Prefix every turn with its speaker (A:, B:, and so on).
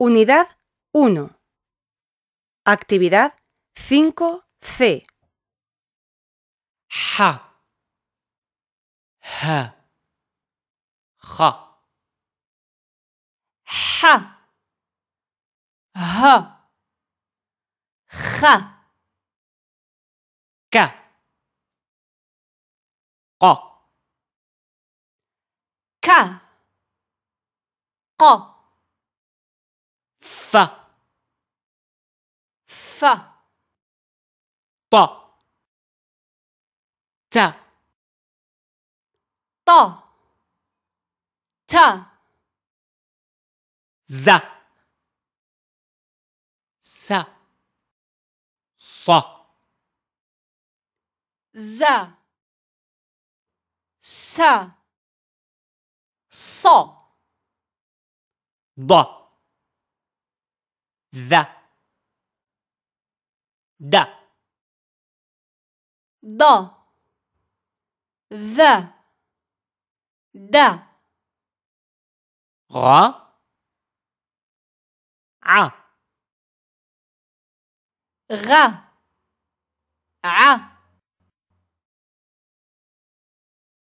A: Unidad 1. Actividad 5C.
B: ح ه خ
C: ح ه خ
B: ك ق
C: ك ق
B: ف
C: ف
B: ط ت
C: ط ت
B: ز س ص
C: ز س ص
B: ض ذ د
C: ض ذ د
B: غ ع
C: غ ع